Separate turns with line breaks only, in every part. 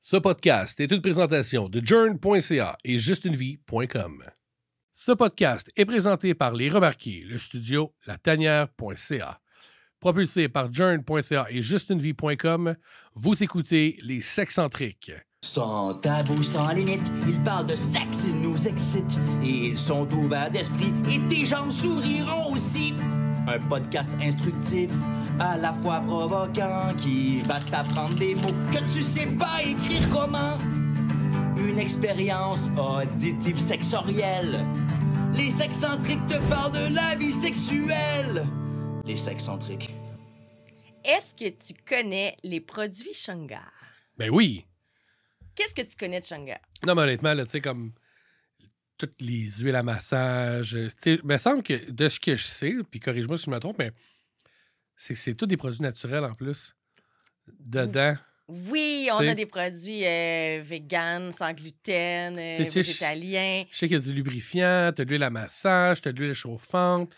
Ce podcast est une présentation de journ.ca et justunevie.com. Ce podcast est présenté par Les Remarqués, le studio latanière.ca. Propulsé par journ.ca et justunevie.com, vous écoutez Les Sexcentriques.
Sans tabou, sans limite, ils parlent de sexe, ils nous excitent. Et ils sont ouverts d'esprit et tes jambes souriront aussi. Un podcast instructif, à la fois provocant, qui va t'apprendre des mots que tu sais pas écrire comment. Une expérience auditive sexorielle. Les sexcentriques te parlent de la vie sexuelle. Les sexcentriques.
Est-ce que tu connais les produits Shunga?
Ben oui!
Qu'est-ce que tu connais de Shunga?
Non, mais honnêtement, là, tu sais, comme toutes les huiles à massage, euh, tu sais, il me semble que de ce que je sais, puis corrige-moi si je me trompe, mais c'est, c'est tous des produits naturels en plus. Dedans.
Oui, on
C'est-
a des produits euh, vegan, sans gluten, euh,
C'est- c'est-
végétaliens.
Je sais qu'il y a du lubrifiant, t'as de l'huile à massage, t'as de l'huile chauffante.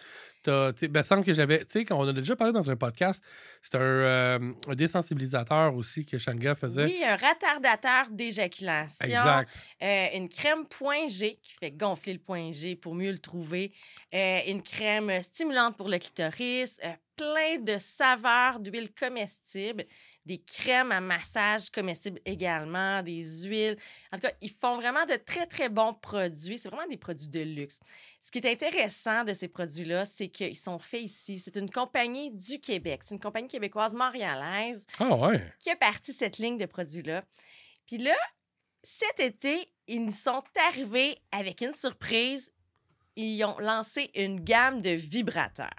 T'as, tu sais, ben, il me semble que j'avais. Tu sais, quand on en a déjà parlé dans un podcast, c'était un, euh, un désensibilisateur aussi que Shanga faisait.
Oui, un retardateur d'éjaculation.
exact.
Euh, une crème point G qui fait gonfler le point G pour mieux le trouver. Euh, une crème stimulante pour le clitoris. euh, plein de saveurs d'huiles comestibles. Des crèmes à massage comestibles également. Des huiles. En tout cas, ils font vraiment de très, très bons produits. C'est vraiment des produits de luxe. Ce qui est intéressant de ces produits-là, c'est qu'ils sont faits ici. C'est une compagnie du Québec. C'est une compagnie québécoise montréalaise
Ah ouais.
qui a parti cette ligne de produits-là. Puis là, cet été, ils nous sont arrivés avec une surprise. Ils ont lancé une gamme de vibrateurs.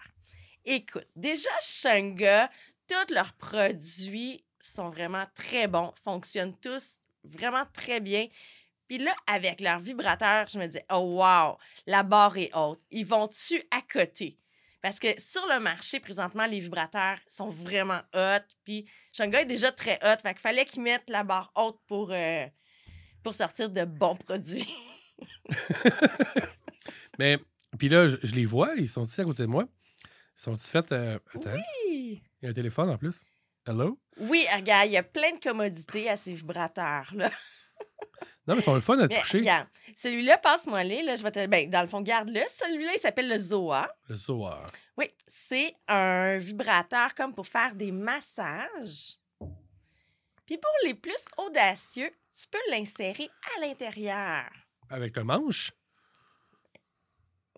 Écoute, déjà, Shunga, tous leurs produits sont vraiment très bons, fonctionnent tous vraiment très bien. Puis là, avec leurs vibrateurs, je me dis, oh wow, la barre est haute. Ils vont-tu à côté? Parce que sur le marché, présentement, les vibrateurs sont vraiment hot. Puis Shunga est déjà très hot. Fait qu'il fallait qu'ils mettent la barre haute pour, euh, pour sortir de bons produits.
Mais, puis là, je, je les vois, ils sont ici à côté de moi. Ils sont ici faits. euh, attends, il y a un téléphone en plus. Hello?
Oui, regarde, euh, il y a plein de commodités à ces vibrateurs-là.
Non, mais ils sont le fun à
Mais
toucher.
regarde, celui-là, passe-moi-les. Là, je vais te... ben, dans le fond, garde-le. Celui-là, il s'appelle le Zoa.
Le soir.
Oui, c'est un vibrateur comme pour faire des massages. Puis pour les plus audacieux, tu peux l'insérer à l'intérieur.
Avec le manche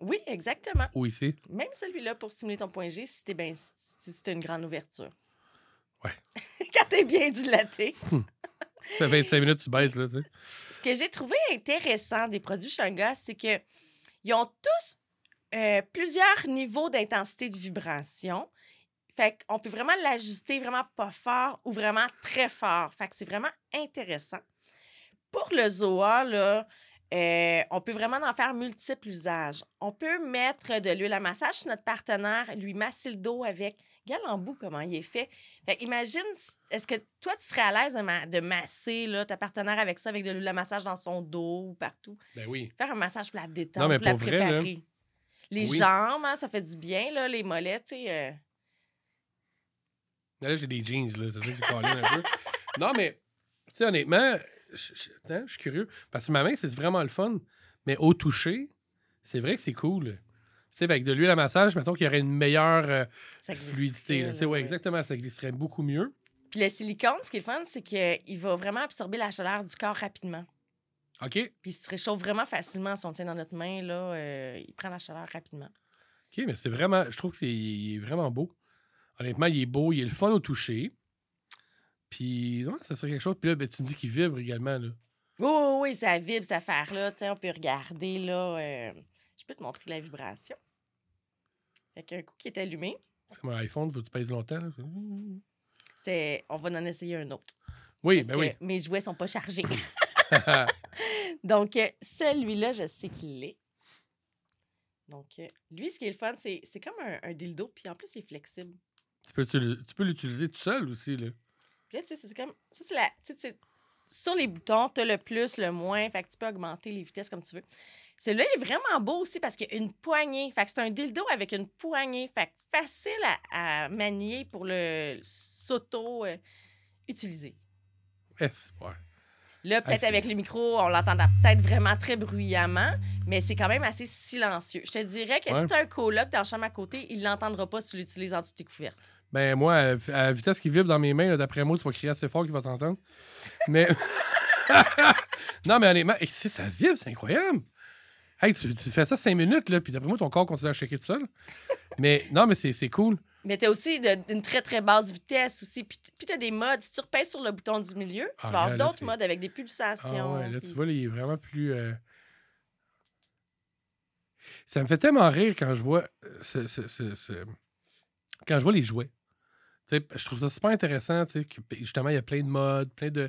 Oui, exactement.
ou ici?
Même celui-là pour stimuler ton point G si t'es bien si si t'as une grande ouverture.
Ouais.
Quand t'es bien dilaté.
Ça fait 25 minutes, tu baisses, là, tu sais.
Ce que j'ai trouvé intéressant des produits Shunga, c'est que ils ont tous euh, plusieurs niveaux d'intensité de vibration. Fait qu'on peut vraiment l'ajuster vraiment pas fort ou vraiment très fort. Fait que c'est vraiment intéressant. Pour le Zoa, là, euh, on peut vraiment en faire multiples usages. On peut mettre de l'huile à massage sur notre partenaire, lui masser le dos avec. Regarde en bout comment il est fait. Fait que imagine, s- est-ce que toi, tu serais à l'aise de, ma- de masser là, ta partenaire avec ça, avec de l'huile à massage dans son dos ou partout?
Ben oui.
Faire un massage pour la détendre,
Non, mais
pour la
pour vrai, là,
préparer. les
oui.
jambes, hein, ça fait du bien, là, les mollets, tu sais. euh.
Là, j'ai des jeans, là. C'est ça que j'ai collé un peu. Non, mais, tu sais, honnêtement, je, je- attends, je suis curieux. Parce que ma main, c'est vraiment le fun. Mais au toucher, c'est vrai que c'est cool. Tu sais, ben, avec de l'huile à massage, mettons qu'il y aurait une meilleure euh,
Ça glisse
fluidité. là.
bien,
Tu sais, ouais,
ouais.
exactement. Ça glisserait beaucoup mieux.
Puis le silicone, ce qui est le fun, c'est qu'il va vraiment absorber la chaleur du corps rapidement.
OK. OK,
Puis il se réchauffe vraiment facilement. Si on le tient dans notre main, là, euh, il prend la chaleur rapidement.
mais c'est vraiment. Je trouve que c'est il est vraiment beau. Honnêtement, il est beau. Il est le fun au toucher. Puis, ouais, ça serait quelque chose. Puis là, ben, tu me dis qu'il vibre également, là.
Oh oui, ça vibre, cette affaire-là. Tu sais, on peut regarder, là. euh, Je peux te montrer la vibration. Fait qu'un coup qui est allumé,
C'est comme un iPhone, faut que tu pèses longtemps. là.
c'est... on va en essayer un autre.
Oui,
parce
ben
que
oui.
mes jouets sont pas chargés. Donc, euh, celui-là, je sais qu'il l'est. Donc, euh, lui, ce qui est le fun, c'est c'est comme un, un dildo, puis en plus, il est flexible.
Tu peux, tu, peux l'utiliser tout seul aussi. Là.
Puis là, tu sais, c'est comme. Ça, c'est la. tu sais, tu sais, sur les boutons, tu as le plus, le moins, fait que tu peux augmenter les vitesses comme tu veux. Celui-là il est vraiment beau aussi parce qu'il y a une poignée. Fait que c'est un dildo avec une poignée. Fait que facile à, à euh, manier pour le s'auto-utiliser.
Yes, ouais.
Là, peut-être
Ah, c'est-
avec le micro, on l'entendra peut-être vraiment très bruyamment, mais c'est quand même assez silencieux. Je te dirais que
Ouais.
si t'as un coloc dans la chambre à côté, il l'entendra pas si tu l'utilises en dessous de tes couvertes.
Ben, moi, à à la vitesse qui vibre dans mes mains, là, d'après moi, tu vas crier assez fort qu'il va t'entendre. Mais. non, mais honnêtement, et c'est- ça vibre, c'est incroyable. Hey, tu, tu fais ça cinq minutes, là, puis d'après moi, ton corps continue à shaker tout seul. Mais non, mais c'est c'est cool.
Mais t'as aussi de- une très, très basse vitesse aussi. Puis t- puis t'as des modes. Si tu repèses sur le bouton du milieu, tu
Ah,
vas
là,
avoir
là,
d'autres
c'est-
modes avec des
Ah
pulsations.
ouais, là, tu
puis-
vois, là, il est vraiment plus. euh, Ça me fait tellement rire quand je vois. euh, ce- ce- ce- ce- Quand je vois les jouets. Tu sais, je trouve ça super intéressant, tu sais, que, ben, justement, il y a plein de modes, plein de.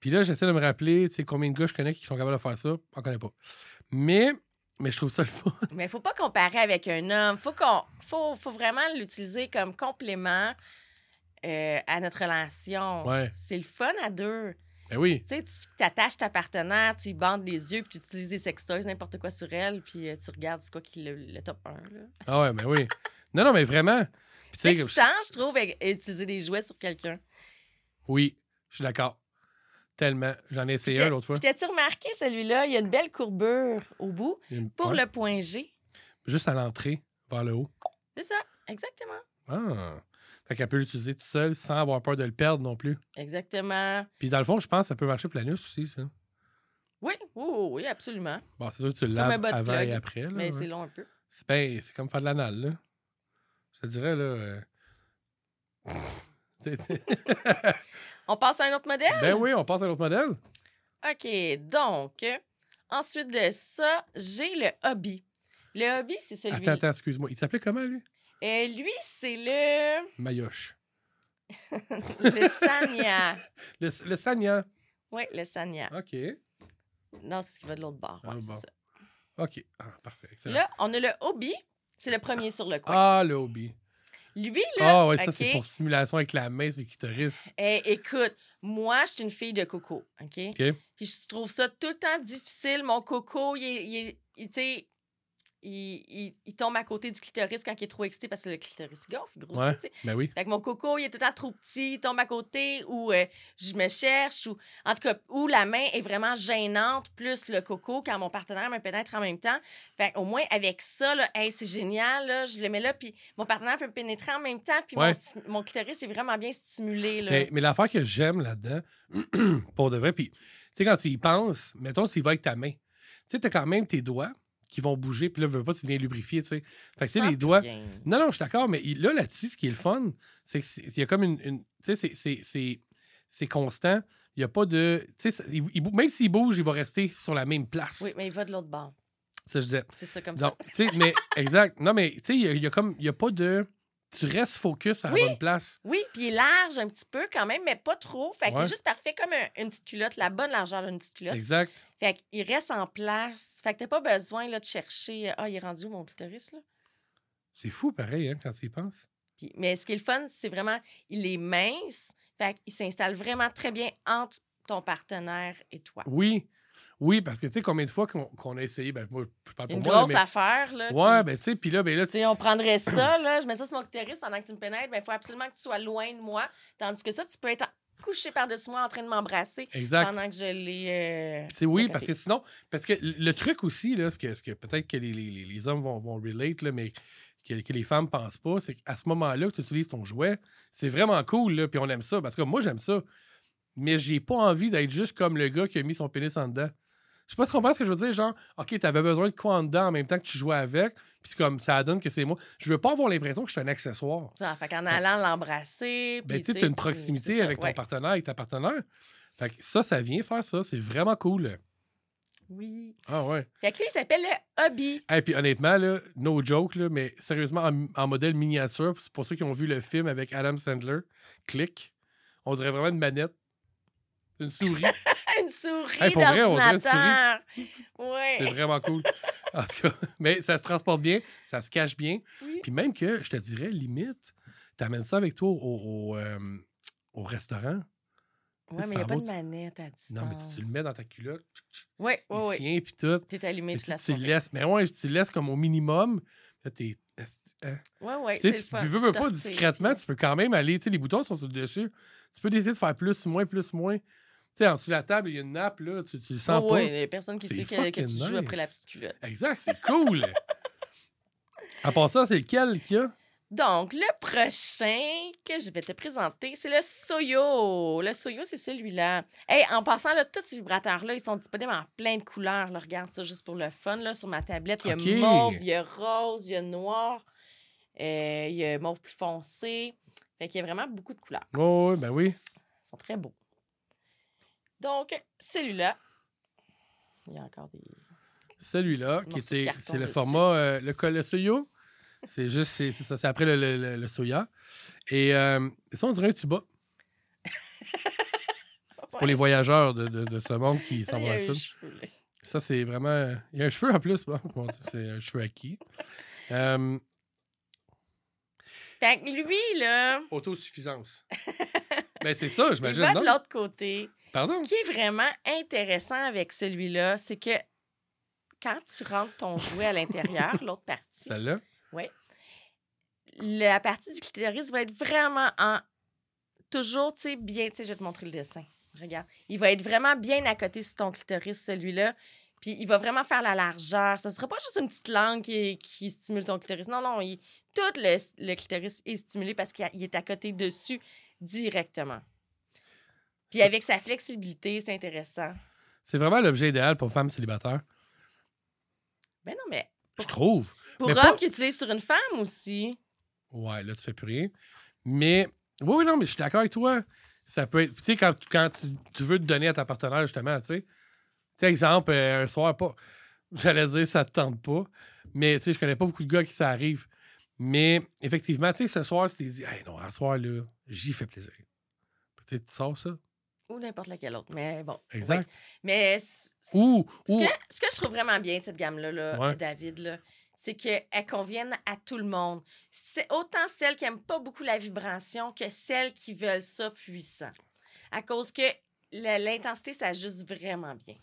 Puis là, j'essaie de me rappeler, tu sais, combien de gars je connais qui sont capables de faire ça. On connaît pas. Mais, mais je trouve ça le fun.
Mais faut pas comparer avec un homme. Faut qu'on, faut, faut vraiment l'utiliser comme complément euh, à notre relation.
Ouais.
C'est le fun à deux.
Ben oui.
Tu sais, tu t'attaches ta partenaire, tu y bandes les yeux, puis tu utilises des sextoys, n'importe quoi sur elle, puis euh, tu regardes c'est quoi qui est le, le top 1.
Ah ouais, ben oui. Non, non, mais vraiment. Puis, tu
C'est
sais,
excitant, je trouve, avec- utiliser des jouets sur quelqu'un.
oui, je suis d'accord. Tellement. J'en ai essayé un l'autre fois.
Puis t'as-tu remarqué celui-là? Il y a une belle courbure au bout
Il y a une-
pour
ouais,
le point G.
Juste à l'entrée, vers le haut.
C'est ça, exactement.
Ah. Fait qu'elle peut l'utiliser toute seule sans avoir peur de le perdre non plus.
Exactement.
Puis dans le fond, je pense que ça peut marcher pour l'anus aussi, ça.
Oui, oui, oui, oui, absolument.
Bon, c'est sûr que tu le
Comme un
laves
butt
avant
plug,
et après. Là,
Mais
Ah ouais.
c'est long un peu.
c'est ben, c'est comme faire de l'anal, là. Je te dirais, là. euh, c'est- c'est-
On passe à un autre modèle?
ben oui, on passe à l'autre modèle.
OK, donc, euh, ensuite de ça, j'ai le hobby. Le hobby, c'est celui...
Attends, attends, excuse-moi. Il s'appelait comment, lui?
Euh, lui, c'est le...
Mayoche.
le Sanya.
Le, le Sanya.
Oui, le Sanya.
OK.
Non, c'est ce qui va de l'autre bord.
Ah,
ouais,
bon.
c'est
OK. Ah, parfait.
ça.
excellent.
Là, on a le hobby. C'est le premier sur le coin.
Ah, le hobby.
Lui, là,
Ah, ouais, ça,
ok.
c'est pour simulation avec la main, c'est le guitariste.
eh, écoute, moi, je suis une fille de coco, OK?
OK.
Puis je trouve ça tout le temps difficile. Mon coco, il, est- il, est- il, tu sais, il, il- il tombe à côté du clitoris quand il est trop excité parce que le clitoris gonfle, il grossit,
Ouais.
tu sais.
Ben oui.
Fait que mon coco, il est tout le temps trop petit, il tombe à côté, ou euh, je me cherche, ou en tout cas, où la main est vraiment gênante, plus le coco quand mon partenaire me pénètre en même temps. Fait au moins, avec ça, là, hey, c'est génial, là, je le mets là, puis mon partenaire peut me pénétrer en même temps, puis
Ouais.
mon, sti- mon clitoris est vraiment bien stimulé. Là.
Mais, mais l'affaire que j'aime là-dedans, pour de vrai, puis, tu sais, quand tu y penses, mettons, tu y vas avec ta main. Tu sais, t'as quand même tes doigts qui vont bouger, puis là, veux pas, tu viens lubrifier, tu sais. Fait que, tu sais,
Sans
les doigts.
rien.
Non, non, je suis d'accord, mais il- là, là-dessus, ce qui est le fun, c'est qu'il y a comme une. une- tu sais, c'est- c'est- c'est- c'est constant. Il n'y a pas de. Tu sais, ça- il- il bou- même s'il bouge, il va rester sur la même place.
Oui, mais il va de l'autre bord.
Ça, je disais.
C'est ça, comme
Donc, tu sais, mais exact. Non, mais tu sais, il y a- il y, a comme. Il y a pas de. Tu restes focus à la
Oui.
bonne place.
ça. Oui, puis il est large un petit peu quand même, mais pas trop. Fait qu'il
Ouais.
est juste parfait comme un- une petite culotte, la bonne largeur d'une petite culotte.
Exact.
Fait qu'il reste en place. Fait que t'as pas besoin là, de chercher euh, Ah, il est rendu où mon clitoris là?
C'est fou, pareil, hein, quand tu y penses.
Puis- mais ce qui est le fun, c'est vraiment il est mince. Fait qu'il s'installe vraiment très bien entre ton partenaire et toi.
Oui. Oui, parce que tu sais, combien de fois qu'on qu'on a essayé, ben, moi, je parle pour
Une
moi. là,
grosse
mais-
affaire, là.
Ouais,
puis,
ben tu sais, puis là, ben là,
tu
tu-
sais, on prendrait ça, là, je mets ça sur mon clitoris pendant que tu me pénètres, ben, il faut absolument que tu sois loin de moi. Tandis que ça, tu peux être en- couché par-dessus moi en train de m'embrasser
exact.
pendant que je l'ai. euh,
Tu sais, oui,
tapoté.
parce que sinon, parce que le truc aussi, là, ce que, ce que peut-être que les, les- les- les hommes vont, vont relate, là, mais que, que les femmes pensent pas, c'est qu'à ce moment-là que tu utilises ton jouet, c'est vraiment cool, là, puis on aime ça, parce que moi, j'aime ça. Mais j'ai pas envie d'être juste comme le gars qui a mis son pénis en dedans. Je sais pas si tu comprends ce que je veux dire, genre, OK, t'avais besoin de quoi en dedans en même temps que tu jouais avec, puis c'est comme ça donne que c'est moi. Je veux pas avoir l'impression que je suis un accessoire.
Ah, fait qu'en allant l'embrasser.
Ben,
puis,
tu sais,
tu-
t'as une
c'est
proximité
ça,
avec ton
ouais.
partenaire, avec ta partenaire. Fait que ça, ça vient faire ça. C'est vraiment cool.
Oui.
Ah ouais.
Fait que lui, il s'appelle le hobby.
Et puis honnêtement, là, no joke, là, mais sérieusement, en, en modèle miniature, c'est pour ceux qui ont vu le film avec Adam Sandler, click, on dirait vraiment une manette, une souris.
Une souris
Hey, pour vrai, on dirait une
d'ordinateur.
c'est
Ouais.
vraiment cool. En tout cas, mais ça se transporte bien, ça se cache bien.
Oui.
Puis même que, je te dirais, limite, t'amènes ça avec toi au, au, euh, au restaurant.
Ouais,
ça
mais il n'y a
en
pas
vaut-
de manette à distance.
Non, mais tu, tu le mets dans ta culotte, tchou, tchou,
Oui, oui,
il
oui.
tient, puis tout.
T'es allumé
Mais
toute la
si tu le
soirée.
laisses, mais ouais, si tu le laisses comme au minimum, là, t'es. est- hein.
Oui, oui,
Tu sais, tu
c'est le fun.
tu veux,
tu
veux pas
tortilles,
discrètement,
puis-
tu peux quand même aller, tu sais, les boutons sont sur le dessus. Tu peux décider de faire plus, moins, plus, moins. sais, en dessous de la table, il y a une nappe, là, tu, tu le sens
Oh,
pas.
ouais, les personnes qui
C'est
sait que, que tu
fucking
joues après la
nice.
petite culotte.
Exact, c'est cool. à part ça, c'est lequel qu'il y a?
Donc, le prochain que je vais te présenter, c'est le Soyo. Le Soyo, c'est celui-là. Hey, en passant, là, tous ces vibrateurs-là, ils sont disponibles en plein de couleurs. là. regarde ça juste pour le fun. Là, sur ma tablette, il y a
Ok.
mauve, il y a rose, il y a noir, euh, il y a mauve plus foncé. Fait qu'il y a vraiment beaucoup de couleurs.
Oh, oui, ben oui.
Ils sont très beaux. Donc, celui-là. Il y a encore des.
Celui-là,
C'est
qui
un morceau de
était,
carton
c'est le
dessus.
format, euh, le, col- le soyo. C'est juste, c'est, c'est ça, c'est après le, le- le- le soya. Et euh, ça, on dirait un tuba. Pour les voyageurs de, de- de ce monde qui s'en vont à
voyageurs.
ça. Ça, c'est vraiment. Il y a un cheveu en plus. Bon, Mon Dieu, c'est un cheveu acquis. Euh,
Fait que lui, là,
autosuffisance. ben, c'est ça,
il
j'imagine.
va
non?
de l'autre côté.
Pardon?
Ce qui est vraiment intéressant avec celui-là, c'est que quand tu rentres ton jouet à l'intérieur, l'autre partie,
Celle-là?
la partie du clitoris va être vraiment en. Toujours, tu sais, bien. Tu sais, je vais te montrer le dessin. Regarde. Il va être vraiment bien à côté sur ton clitoris, celui-là. Puis il va vraiment faire la largeur. Ça ne sera pas juste une petite langue qui, qui stimule ton clitoris. Non, non. il- tout le, le clitoris est stimulé parce qu'il a- il est à côté dessus directement. Puis avec sa flexibilité, c'est intéressant.
C'est vraiment l'objet idéal pour femmes célibataires.
Ben non, mais
Je trouve.
pour
Mais
homme
pas-
qui utilise sur une femme aussi.
Ouais, là, tu fais plus rien. Mais, oui, oui, non, mais je suis d'accord avec toi. Ça peut être. Tu sais, quand, quand tu, tu veux te donner à ta partenaire, justement, tu sais. Tu sais, exemple, euh, un soir, pas. J'allais dire, ça te tente pas. Mais, tu sais, je connais pas beaucoup de gars qui ça arrive. Mais, effectivement, tu sais, ce soir, tu t'es dit, hey, non, à ce soir, là, j'y fais plaisir. Puis, Tu sais, tu sors ça.
Ou n'importe laquelle autre. Mais bon.
Exact.
oui. Mais c-
Ou,
ce,
ou.
que, ce que je trouve vraiment bien de cette gamme-là, là, euh,
Ouais.
David, là, c'est qu'elle convienne à tout le monde. C'est autant celles qui n'aiment pas beaucoup la vibration que celles qui veulent ça puissant. À cause que la- l'intensité s'ajuste vraiment bien.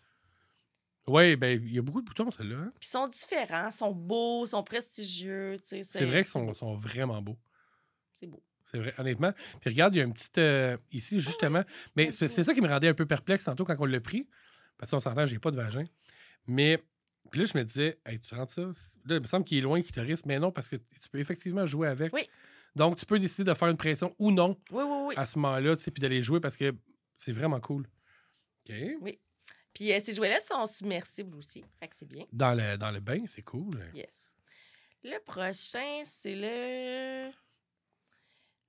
Ouais, ben, il y a beaucoup de boutons, celle-là. hein.
Puis ils sont différents, sont beaux, sont prestigieux. tu sais,
C'est vrai qu'ils sont, sont vraiment beaux.
C'est beau. Ah,
C'est vrai, honnêtement. Puis regarde, il y a une petite. euh, ici, justement. Mais
un
c'est
petit-
c'est ça qui me rendait un peu perplexe tantôt quand on l'a pris. Parce qu'on s'entend, j'ai pas de vagin. Mais. Puis là, je me disais, hey, tu rentres ça. Là, il me semble qu'il est loin, qu'il te risque. Mais non, parce que tu peux effectivement jouer avec.
Oui.
Donc, tu peux décider de faire une pression ou non
Oui, oui, oui.
à ce moment-là, tu sais, puis d'aller jouer parce que c'est vraiment cool. OK.
Puis euh, ces jouets-là sont submersibles aussi. Fait que c'est bien.
Dans le, dans le bain, c'est cool.
Yes. Le prochain, c'est le.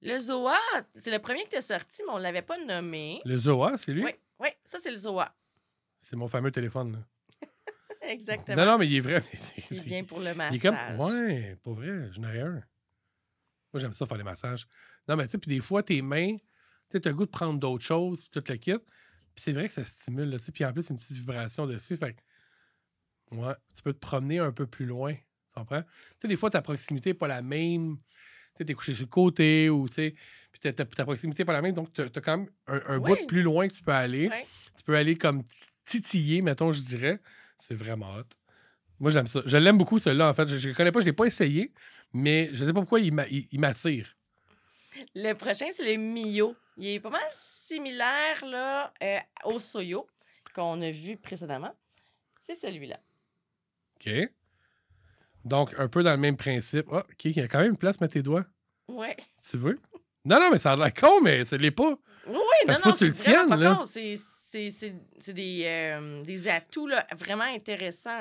Le Zoa. C'est le premier qui t'est sorti, mais on ne l'avait pas nommé.
Le Zoa, c'est lui.
Oui, oui, ça, c'est le Zoa.
C'est mon fameux téléphone. là.
Exactement.
Non, non, mais il est vrai.
Il vient pour le
Il est
massage.
comme, ouais, pour vrai, j'en aurais un. Moi, j'aime ça faire les massages. Non, mais tu sais, puis des fois, tes mains, tu sais, t'as le goût de prendre d'autres choses, puis tout le kit. Puis c'est vrai que ça stimule, là, tu sais. Puis en plus, une petite vibration dessus, fait que, ouais, tu peux te promener un peu plus loin, tu comprends? Tu sais, des fois, ta proximité n'est pas la même. Tu sais, t'es couché sur le côté ou, tu sais, puis ta, ta- ta proximité n'est pas la même, donc t'as t'as quand même un, un
Oui.
bout de plus loin que tu peux aller.
Ouais.
Tu peux aller comme ti- titiller, mettons, je dirais. C'est vraiment hot. Moi, j'aime ça. Je l'aime beaucoup, celui-là, en fait. Je ne connais pas, je ne l'ai pas essayé, mais je ne sais pas pourquoi il m'a- il il m'attire.
Le prochain, c'est le Mio. Il est pas mal similaire là, euh, au Soyo qu'on a vu précédemment. C'est celui-là.
OK? Donc, un peu dans le même principe. Ah, OK, il y a quand même une place, mets tes doigts.
Ouais.
Tu veux? Non, non, mais ça a l'air con, mais ça ne l'est pas.
Oui, oui, non,
Parce que
non,
faut que tu
c'est
le
vraiment
tiennes,
pas
là.
con. C'est- C'est c'est- c'est des, euh, des atouts là, vraiment intéressants.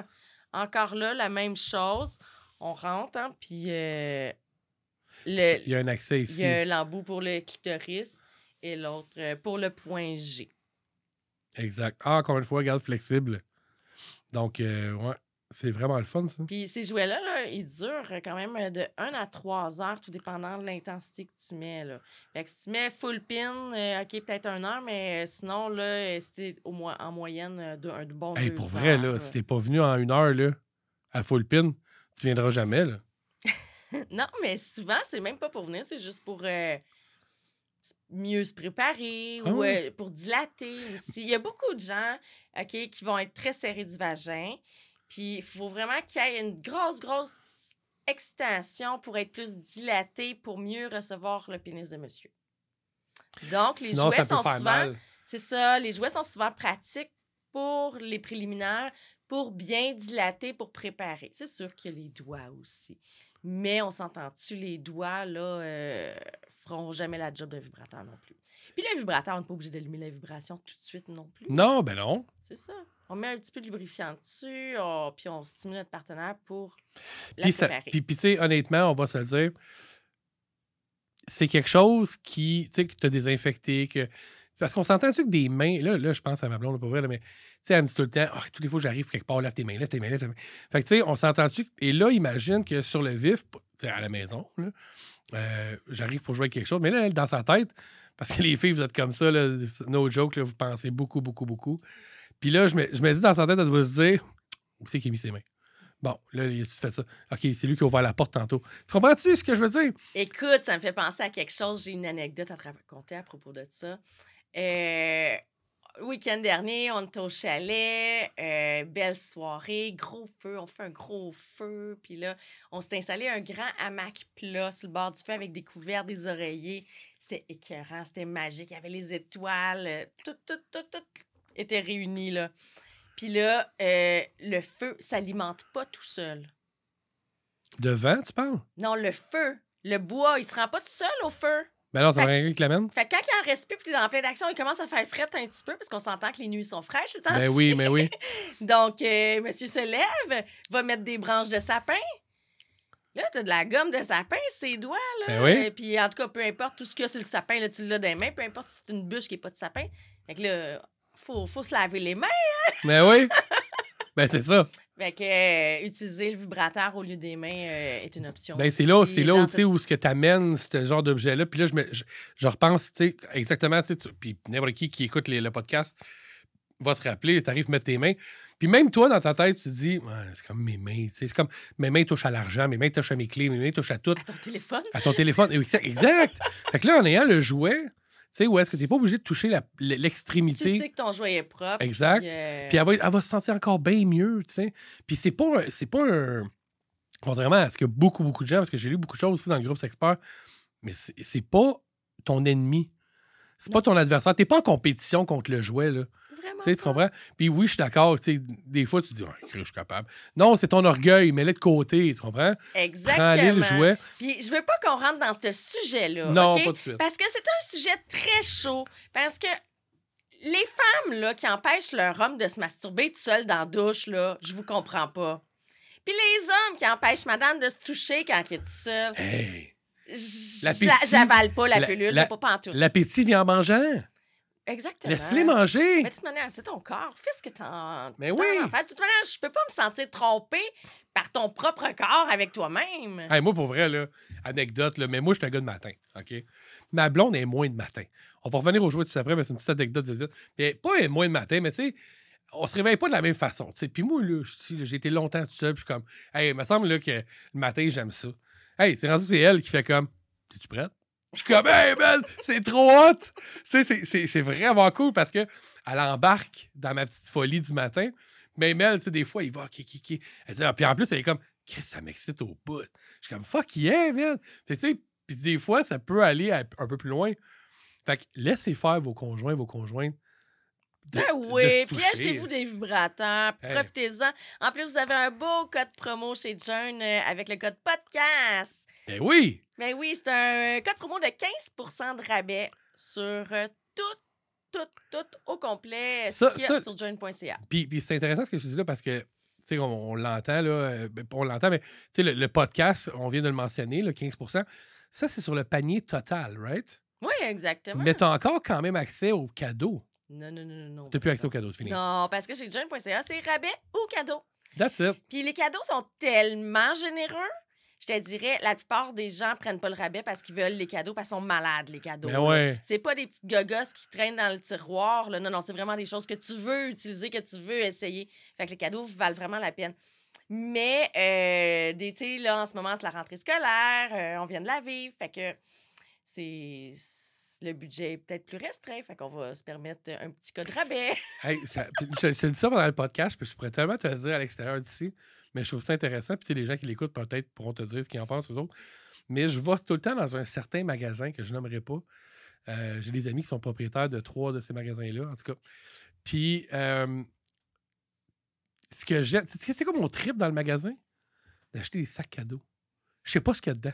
Encore là, la même chose. On rentre, hein, puis euh, le-
Il y a un accès
il
ici.
y a l'embout pour le clitoris et l'autre euh, pour le point G.
Exact. Ah, encore une fois, regarde, flexible. Donc, euh, ouais, c'est vraiment le fun, ça.
Puis ces jouets-là, là, ils durent quand même de 1 à 3 heures, tout dépendant de l'intensité que tu mets. Là. Fait que si tu mets full pin, euh, OK, peut-être 1 heure, mais euh, sinon, là, euh, c'était au moins en moyenne euh, de, un bon
Hey,
deux
pour vrai,
heures,
là, si t'es pas venu en une heure, là, à full pin, tu viendras jamais, là.
Non, mais souvent, c'est même pas pour venir, c'est juste pour euh, s- mieux se préparer
Ah
ou
ouais.
euh, pour dilater aussi. Il y a beaucoup de gens ok, qui vont être très serrés du vagin. Puis il faut vraiment qu'il y ait une grosse, grosse extension pour être plus dilaté, pour mieux recevoir le pénis de monsieur. Donc, les
Sinon,
jouets
ça
sont
peut faire
souvent
mal.
C'est ça. Les jouets sont souvent pratiques pour les préliminaires, pour bien dilater, pour préparer. C'est sûr qu'il y a les doigts aussi. Mais on s'entend-tu, les doigts, là, euh, feront jamais la job de vibrateur non plus. Puis le vibrateur, on n'est pas obligé d'allumer la vibration tout de suite non plus.
Non, ben non.
C'est ça. On met un petit peu de lubrifiant dessus, on- puis on stimule notre partenaire pour la
Puis, ça-
préparer.
puis, puis, tu sais, honnêtement, on va se le dire, c'est quelque chose qui, tu sais, que t'as désinfecté, que... Parce qu'on s'entend-tu que des mains... Là, là, je pense à ma blonde, pour vrai, là, mais, tu sais, elle me dit tout le temps, Ah, tous les fois que j'arrive quelque part, lave tes mains, lave tes mains, lave tes mains. Fait que, tu sais, on s'entend-tu... que- Et là, imagine que sur le vif, tu sais, à la maison, là, euh, j'arrive pour jouer avec quelque chose, mais là, elle, dans sa tête, parce que les filles, vous êtes comme ça, là, no joke, là, vous pensez beaucoup, beaucoup, beaucoup. Puis là, je me, je me dis dans sa tête, elle doit se dire, où c'est qu'il a mis ses mains? Bon, là, il a fait ça. OK, c'est lui qui a ouvert la porte tantôt. Tu comprends-tu ce que je veux dire?
Écoute, ça me fait penser à quelque chose. J'ai une anecdote à te raconter à propos de ça. Euh, le week-end dernier, on était au chalet. euh, belle soirée, gros feu. On fait un gros feu. Puis là, on s'est installé un grand hamac plat sur le bord du feu avec des couverts, des oreillers. C'était écœurant, c'était magique. Il y avait les étoiles. euh, Tout, tout, tout, tout était réuni, là. Puis là, euh, le feu s'alimente pas tout seul.
Devant, tu parles?
Non, le feu, le bois, il se rend pas tout seul au feu.
Ben alors, ça va rien qui l'amène?
Fait que quand il en reste plus, puis t'es dans plein d'action, il commence à faire frette un petit peu, parce qu'on s'entend que les nuits sont fraîches, c'est
Ben oui, mais oui.
Donc, euh, monsieur se lève, va mettre des branches de sapin. Là, t'as de la gomme de sapin, ses doigts, là.
Ben oui.
Euh, Puis, en tout cas, peu importe tout ce qu'il y a sur le sapin, là, tu l'as dans les mains, peu importe si c'est une bûche qui n'est pas de sapin. Fait que là, faut, faut se laver les mains.
Ben oui. Ben c'est ça.
Fait que euh, utiliser le vibrateur au lieu des mains euh, est une option.
Ben c'est là,
aussi
c'est là
dans
où, tu sais, où ce que t'amènes ce genre d'objet-là. Puis là, je, me, je, je repense, tu sais, exactement, tu sais, tu- puis n'importe qui qui écoute les- le podcast va se rappeler, t'arrives à mettre tes mains. Puis même toi, dans ta tête, tu dis, Ouais, c'est comme mes mains, tu sais, c'est comme mes mains touchent à l'argent, mes mains touchent à mes clés, mes mains touchent à tout.
à ton téléphone.
À ton téléphone. Exact. exact. fait que là, en ayant le jouet, tu sais, où est-ce que tu n'es pas obligé de toucher la- l-
Tu sais
l'extrémité.
que ton jouet est propre.
Exact.
Puis, euh,
Puis elle va, elle va se sentir encore bien mieux, tu sais. Puis c'est pas, un- c'est pas un. Contrairement à ce que beaucoup, beaucoup de gens, parce que j'ai lu beaucoup de choses aussi dans le groupe Sexpert, mais c'est c'est pas ton ennemi. C'est pas ton adversaire. T'es pas en compétition contre le jouet, là. Tu
vraiment
sais, tu
pas.
comprends? Puis oui, je suis d'accord. tu sais, Des fois, tu te dis, Ah, je suis capable. Non, c'est ton orgueil, mets-le de côté, tu comprends?
Exactement.
Prends-le le jouet.
Puis je veux pas qu'on rentre dans ce sujet-là.
Non,
OK?
pas de suite.
Parce que c'est un sujet très chaud. Parce que les femmes là, qui empêchent leur homme de se masturber tout seul dans la douche, là, je vous comprends pas. Puis les hommes qui empêchent madame de se toucher quand elle est toute seule.
Hey!
j-
L'appétit.
J'avale pas la,
La-
pilule,
la-
pas pantoute.
L'appétit vient en mangeant.
Exactement.
Laisse-les manger.
Mais de toute manière, c'est ton corps. Fais ce que t'en
Mais
t'en
oui.
as à faire. De toute manière, je peux pas me sentir trompée par ton propre corps avec toi-même.
Hey, moi, pour vrai, là, anecdote, là, mais moi, je suis un gars de matin. OK? Ma blonde est moins de matin. On va revenir au jouet tout après, mais c'est une petite anecdote. vite, vite. Mais pas elle est moins de matin, mais tu sais, on se réveille pas de la même façon. tu sais. Puis moi, là, je suis- j'ai été longtemps tout seul, puis je suis comme, hey, il me semble là, que le matin, j'aime ça. Hey, c'est rendu, c'est elle qui fait comme, es-tu prête? Je suis comme, hey, man, c'est trop hot! Tu sais, c'est- c'est c'est vraiment cool parce que elle embarque dans ma petite folie du matin. Même elle, tu sais, des fois, il va, ok, ok, ok. Elle dit, ah, puis en plus, elle est comme, Chris, ça m'excite au bout. Je suis comme fuck yeah, man. Fait que, tu sais, puis des fois, ça peut aller à- un peu plus loin. Fait que laissez faire vos conjoints, vos conjointes. de-
Ben
de
oui,
se
puis
toucher.
achetez-vous des vibrateurs, puis
Hey.
profitez-en. En plus, vous avez un beau code promo chez June euh, avec le code podcast.
Ben oui!
Ben oui, c'est un code promo de 15 de rabais sur euh, tout, tout, tout au complet euh, ce
Ça-
qu'il y a
ça-
sur june.ca.
Puis, puis c'est intéressant ce que tu dis là parce que, tu sais, on, on l'entend, là, euh, ben, on l'entend, mais, tu sais, le, le podcast, on vient de le mentionner, le 15 ça, c'est sur le panier total, right?
Oui, exactement.
Mais t'as encore quand même accès aux cadeaux.
Non, non, non, non, non.
T'as plus accès aux cadeaux, c'est fini.
Non, parce que chez june.ca, c'est rabais ou cadeau.
That's it.
Puis les cadeaux sont tellement généreux. Je te dirais, la plupart des gens prennent pas le rabais parce qu'ils veulent les cadeaux, parce qu'ils sont malades, les cadeaux.
Ben
là.
ouais.
C'est pas des petites gogosses qui traînent dans le tiroir. Là. Non, non, c'est vraiment des choses que tu veux utiliser, que tu veux essayer. Fait que les cadeaux valent vraiment la peine. Mais, euh, des- tu sais, là, en ce moment, c'est la rentrée scolaire, euh, on vient de la vivre. Fait que c'est. c'est- Le budget est peut-être plus restreint, fait qu'on va se permettre un petit code rabais.
Hey, ça- puis je, je dis ça pendant le podcast, puis je pourrais tellement te le dire à l'extérieur d'ici, mais je trouve ça intéressant. Puis tu sais, les gens qui l'écoutent peut-être pourront te dire ce qu'ils en pensent aux autres. Mais je vais tout le temps dans un certain magasin que je nommerai pas, Euh, J'ai des amis qui sont propriétaires de trois de ces magasins-là, en tout cas. Puis, euh, ce que j'aime, c'est- c'est c'est comme mon trip dans le magasin d'acheter des sacs cadeaux. Je sais pas ce qu'il y a dedans.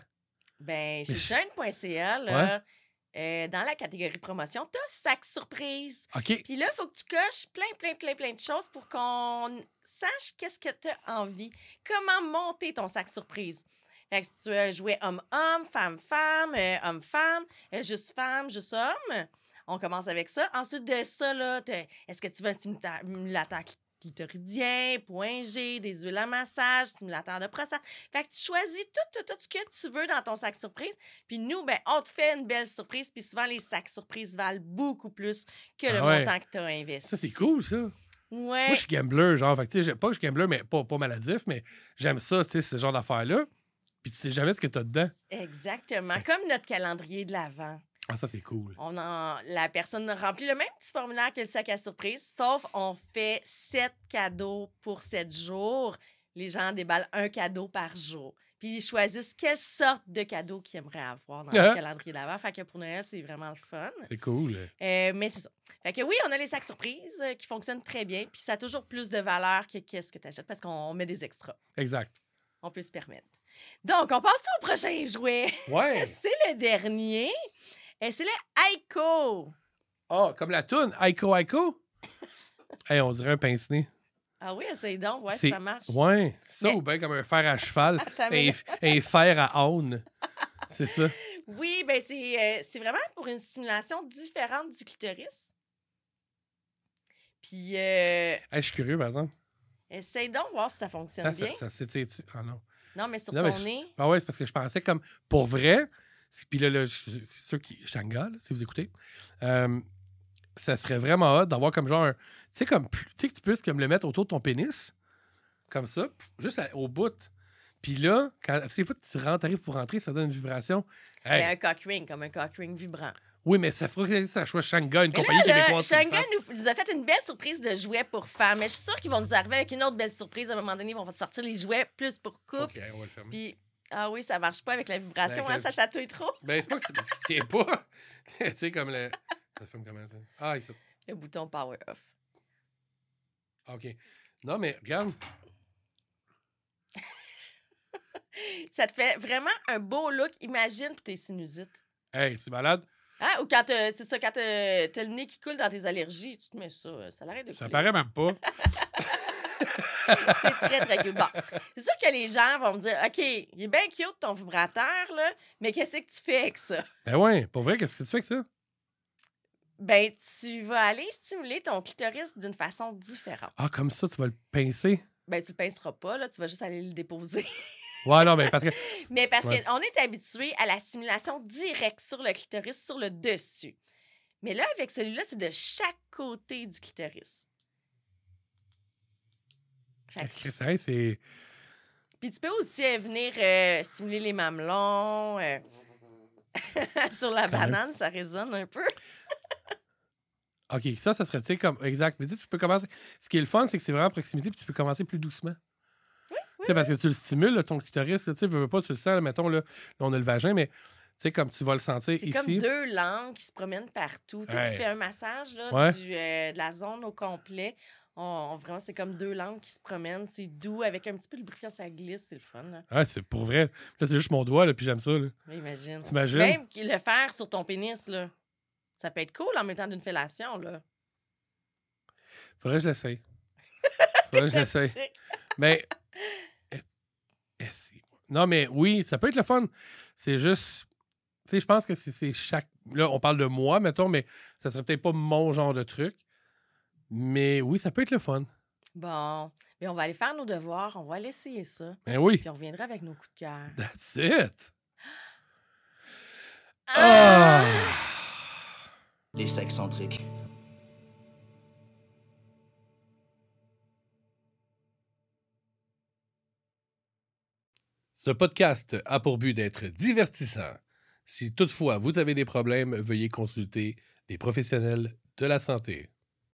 Ben, chez
Mais je-
jeune.ca, là, euh, dans la catégorie promotion, t'as sac surprise.
OK.
Puis là, il faut que tu coches plein, plein, plein, plein de choses pour qu'on sache qu'est-ce que tu as envie. Comment monter ton sac surprise. Fait que si tu veux jouer homme-homme, femme-femme, euh, homme-femme, euh, juste femme, juste homme, on commence avec ça. Ensuite de ça, là, t'as- est-ce que tu veux un stimulateur- stimulateur cli- clitoridien, point G, des huiles à massage, stimulateur de prostate. Fait que tu choisis tout, tout, tout ce que tu veux dans ton sac surprise. Puis nous, ben, on te fait une belle surprise. Puis souvent, les sacs surprises valent beaucoup plus que le
Ah ouais.
montant que tu as investi.
Ça, c'est cool, ça.
Ouais.
Moi, je suis gambler, genre. Fait que, tu sais, j'ai- pas que je suis gambler, mais pas, pas maladif, mais j'aime ça, tu sais, ce genre d'affaires-là. Puis tu sais jamais ce que t'as dedans.
Exactement. Comme notre calendrier de l'Avent.
Ah, ça, c'est cool.
On en- La personne remplit le même petit formulaire que le sac à surprise, sauf on fait sept cadeaux pour sept jours. Les gens déballent un cadeau par jour. Puis ils choisissent quelle sorte de cadeau qu'ils aimeraient avoir dans
Ah.
le calendrier d'Avent. Fait que pour Noël, c'est vraiment le fun.
C'est cool.
Euh, mais c'est ça. Fait que oui, on a les sacs surprises euh, qui fonctionnent très bien. Puis ça a toujours plus de valeur que qu'est-ce que tu achètes parce qu'on met des extras.
Exact.
On peut se permettre. Donc, on passe au prochain jouet.
Ouais.
C'est le dernier. Et c'est le Aiko.
Ah, comme la toune. Aiko, Aiko. hey, on dirait un pince-nez.
Ah oui, essaye donc. Ouais,
C'est-
ça marche. Ah,
Ouais. Ça,
Mais-
ou bien comme un fer à cheval.
Attends, mais-
un, un fer à âne. C'est ça.
Oui, ben c'est euh, c'est vraiment pour une stimulation différente du clitoris. Puis, euh,
Hey, je suis curieux, par exemple.
essaye donc voir si ça fonctionne
Ah, ça,
bien.
ça s'étire-tu? Ah non.
Non, mais sur
Non, mais
ton
je-
nez.
Ah ouais, c'est parce que je pensais comme pour vrai. c'est- Puis là, là je- c'est sûr qui. Shanga, là, si vous écoutez. euh, ça serait vraiment hot d'avoir comme genre. un- Tu sais, comme. plus- Tu sais, que tu puisses comme le mettre autour de ton pénis. Comme ça, pff, juste à- au bout. Puis là, quand, toutes les fois que tu rentres, arrives pour rentrer, ça donne une vibration. Hey,
C'est un cock ring, comme un cock ring vibrant.
Oui, mais ça ferait que ça soit Shanga, une
Mais
compagnie
là, là,
québécoise. qui le
Shanga
fasse.
nous, nous a fait une belle surprise de jouets pour femmes. Mais je suis sûre qu'ils vont nous arriver avec une autre belle surprise. À un moment donné, ils vont sortir les jouets plus pour couple.
Ok, on va le fermer.
Puis, ah oui, ça marche pas avec la vibration,
Avec
hein,
Mm. la-
ça chatouille trop.
Ben, c'est pas que c'est parce que c'est pas. tu sais, comme le. Ça filme comment ça? Ah, il se-
Le bouton power off.
ah, OK. Non, mais regarde.
Ça te fait vraiment un beau look. Imagine pour tes sinusites.
Hey, tu es malade?
Hein? Ou quand t'as- c'est ça, quand euh, t'as t'as le nez qui coule dans tes allergies, tu te mets ça, euh, ça l'arrête de
Ça
couler.
paraît même pas.
C'est très, très cute. Bon, c'est sûr que les gens vont me dire, OK, il est bien cute ton vibrateur, là, mais qu'est-ce que tu fais avec ça?
Ben ouais, pour vrai, qu'est-ce que tu fais avec ça?
Ben, tu vas aller stimuler ton clitoris d'une façon différente.
Ah, comme ça, tu vas le pincer?
Ben, tu le pinceras pas, là, tu vas juste aller le déposer.
Ouais, non, mais parce que. eh,
Mais parce
Ouais.
qu'on est habitué à la stimulation directe sur le clitoris, sur le dessus. Mais là, avec celui-là, c'est de chaque côté du clitoris. Fait
Ah,
que-
Chris, hey, c'est.
Puis tu peux aussi euh, venir euh, stimuler les mamelons. euh, sur la
Quand même.
banane, ça résonne un peu.
OK, ça, ça serait, tu sais, comme. Exact. Mais tu sais, tu peux commencer. Ce qui est le fun, c'est que c'est vraiment à proximité, puis tu peux commencer plus doucement. Tu sais, parce que tu le stimules, là, ton clitoris, là, tu sais, veux, veux pas, tu le sens, là, mettons, là, là, on a le vagin, mais tu sais, comme tu vas le sentir
C'est
ici.
comme deux langues qui se promènent partout. Tu, sais, tu
Ouais.
fais un massage là,
Ouais.
du, euh, de la zone au complet. On, on- vraiment, c'est comme deux langues qui se promènent. C'est doux. Avec un petit peu de lubrifiant, ça glisse. C'est le fun. là.
Ah, c'est pour vrai. Là, c'est juste mon doigt, là, puis j'aime ça, là.
Mais Imagine.
T'imagines?
Même que le faire sur ton pénis, là. Ça peut être cool en même temps d'une fellation, là.
Faudrait que je l'essaye. Faudrait que je l'essaye.
sceptique.
Mais. eh, Est- est-ce- Non, mais oui, ça peut être le fun. C'est juste. Tu sais, je pense que c'est- c'est chaque. Là, on parle de moi, mettons, mais ça serait peut-être pas mon genre de truc. Mais oui, ça peut être le fun.
Bon. Mais on va aller faire nos devoirs. On va l'essayer, ça.
Mais oui.
Puis on reviendra avec nos coups de cœur.
That's it.
Ah!
Ah!
Les sexcentriques.
Ce podcast a pour but d'être divertissant. Si toutefois vous avez des problèmes, veuillez consulter des professionnels de la santé.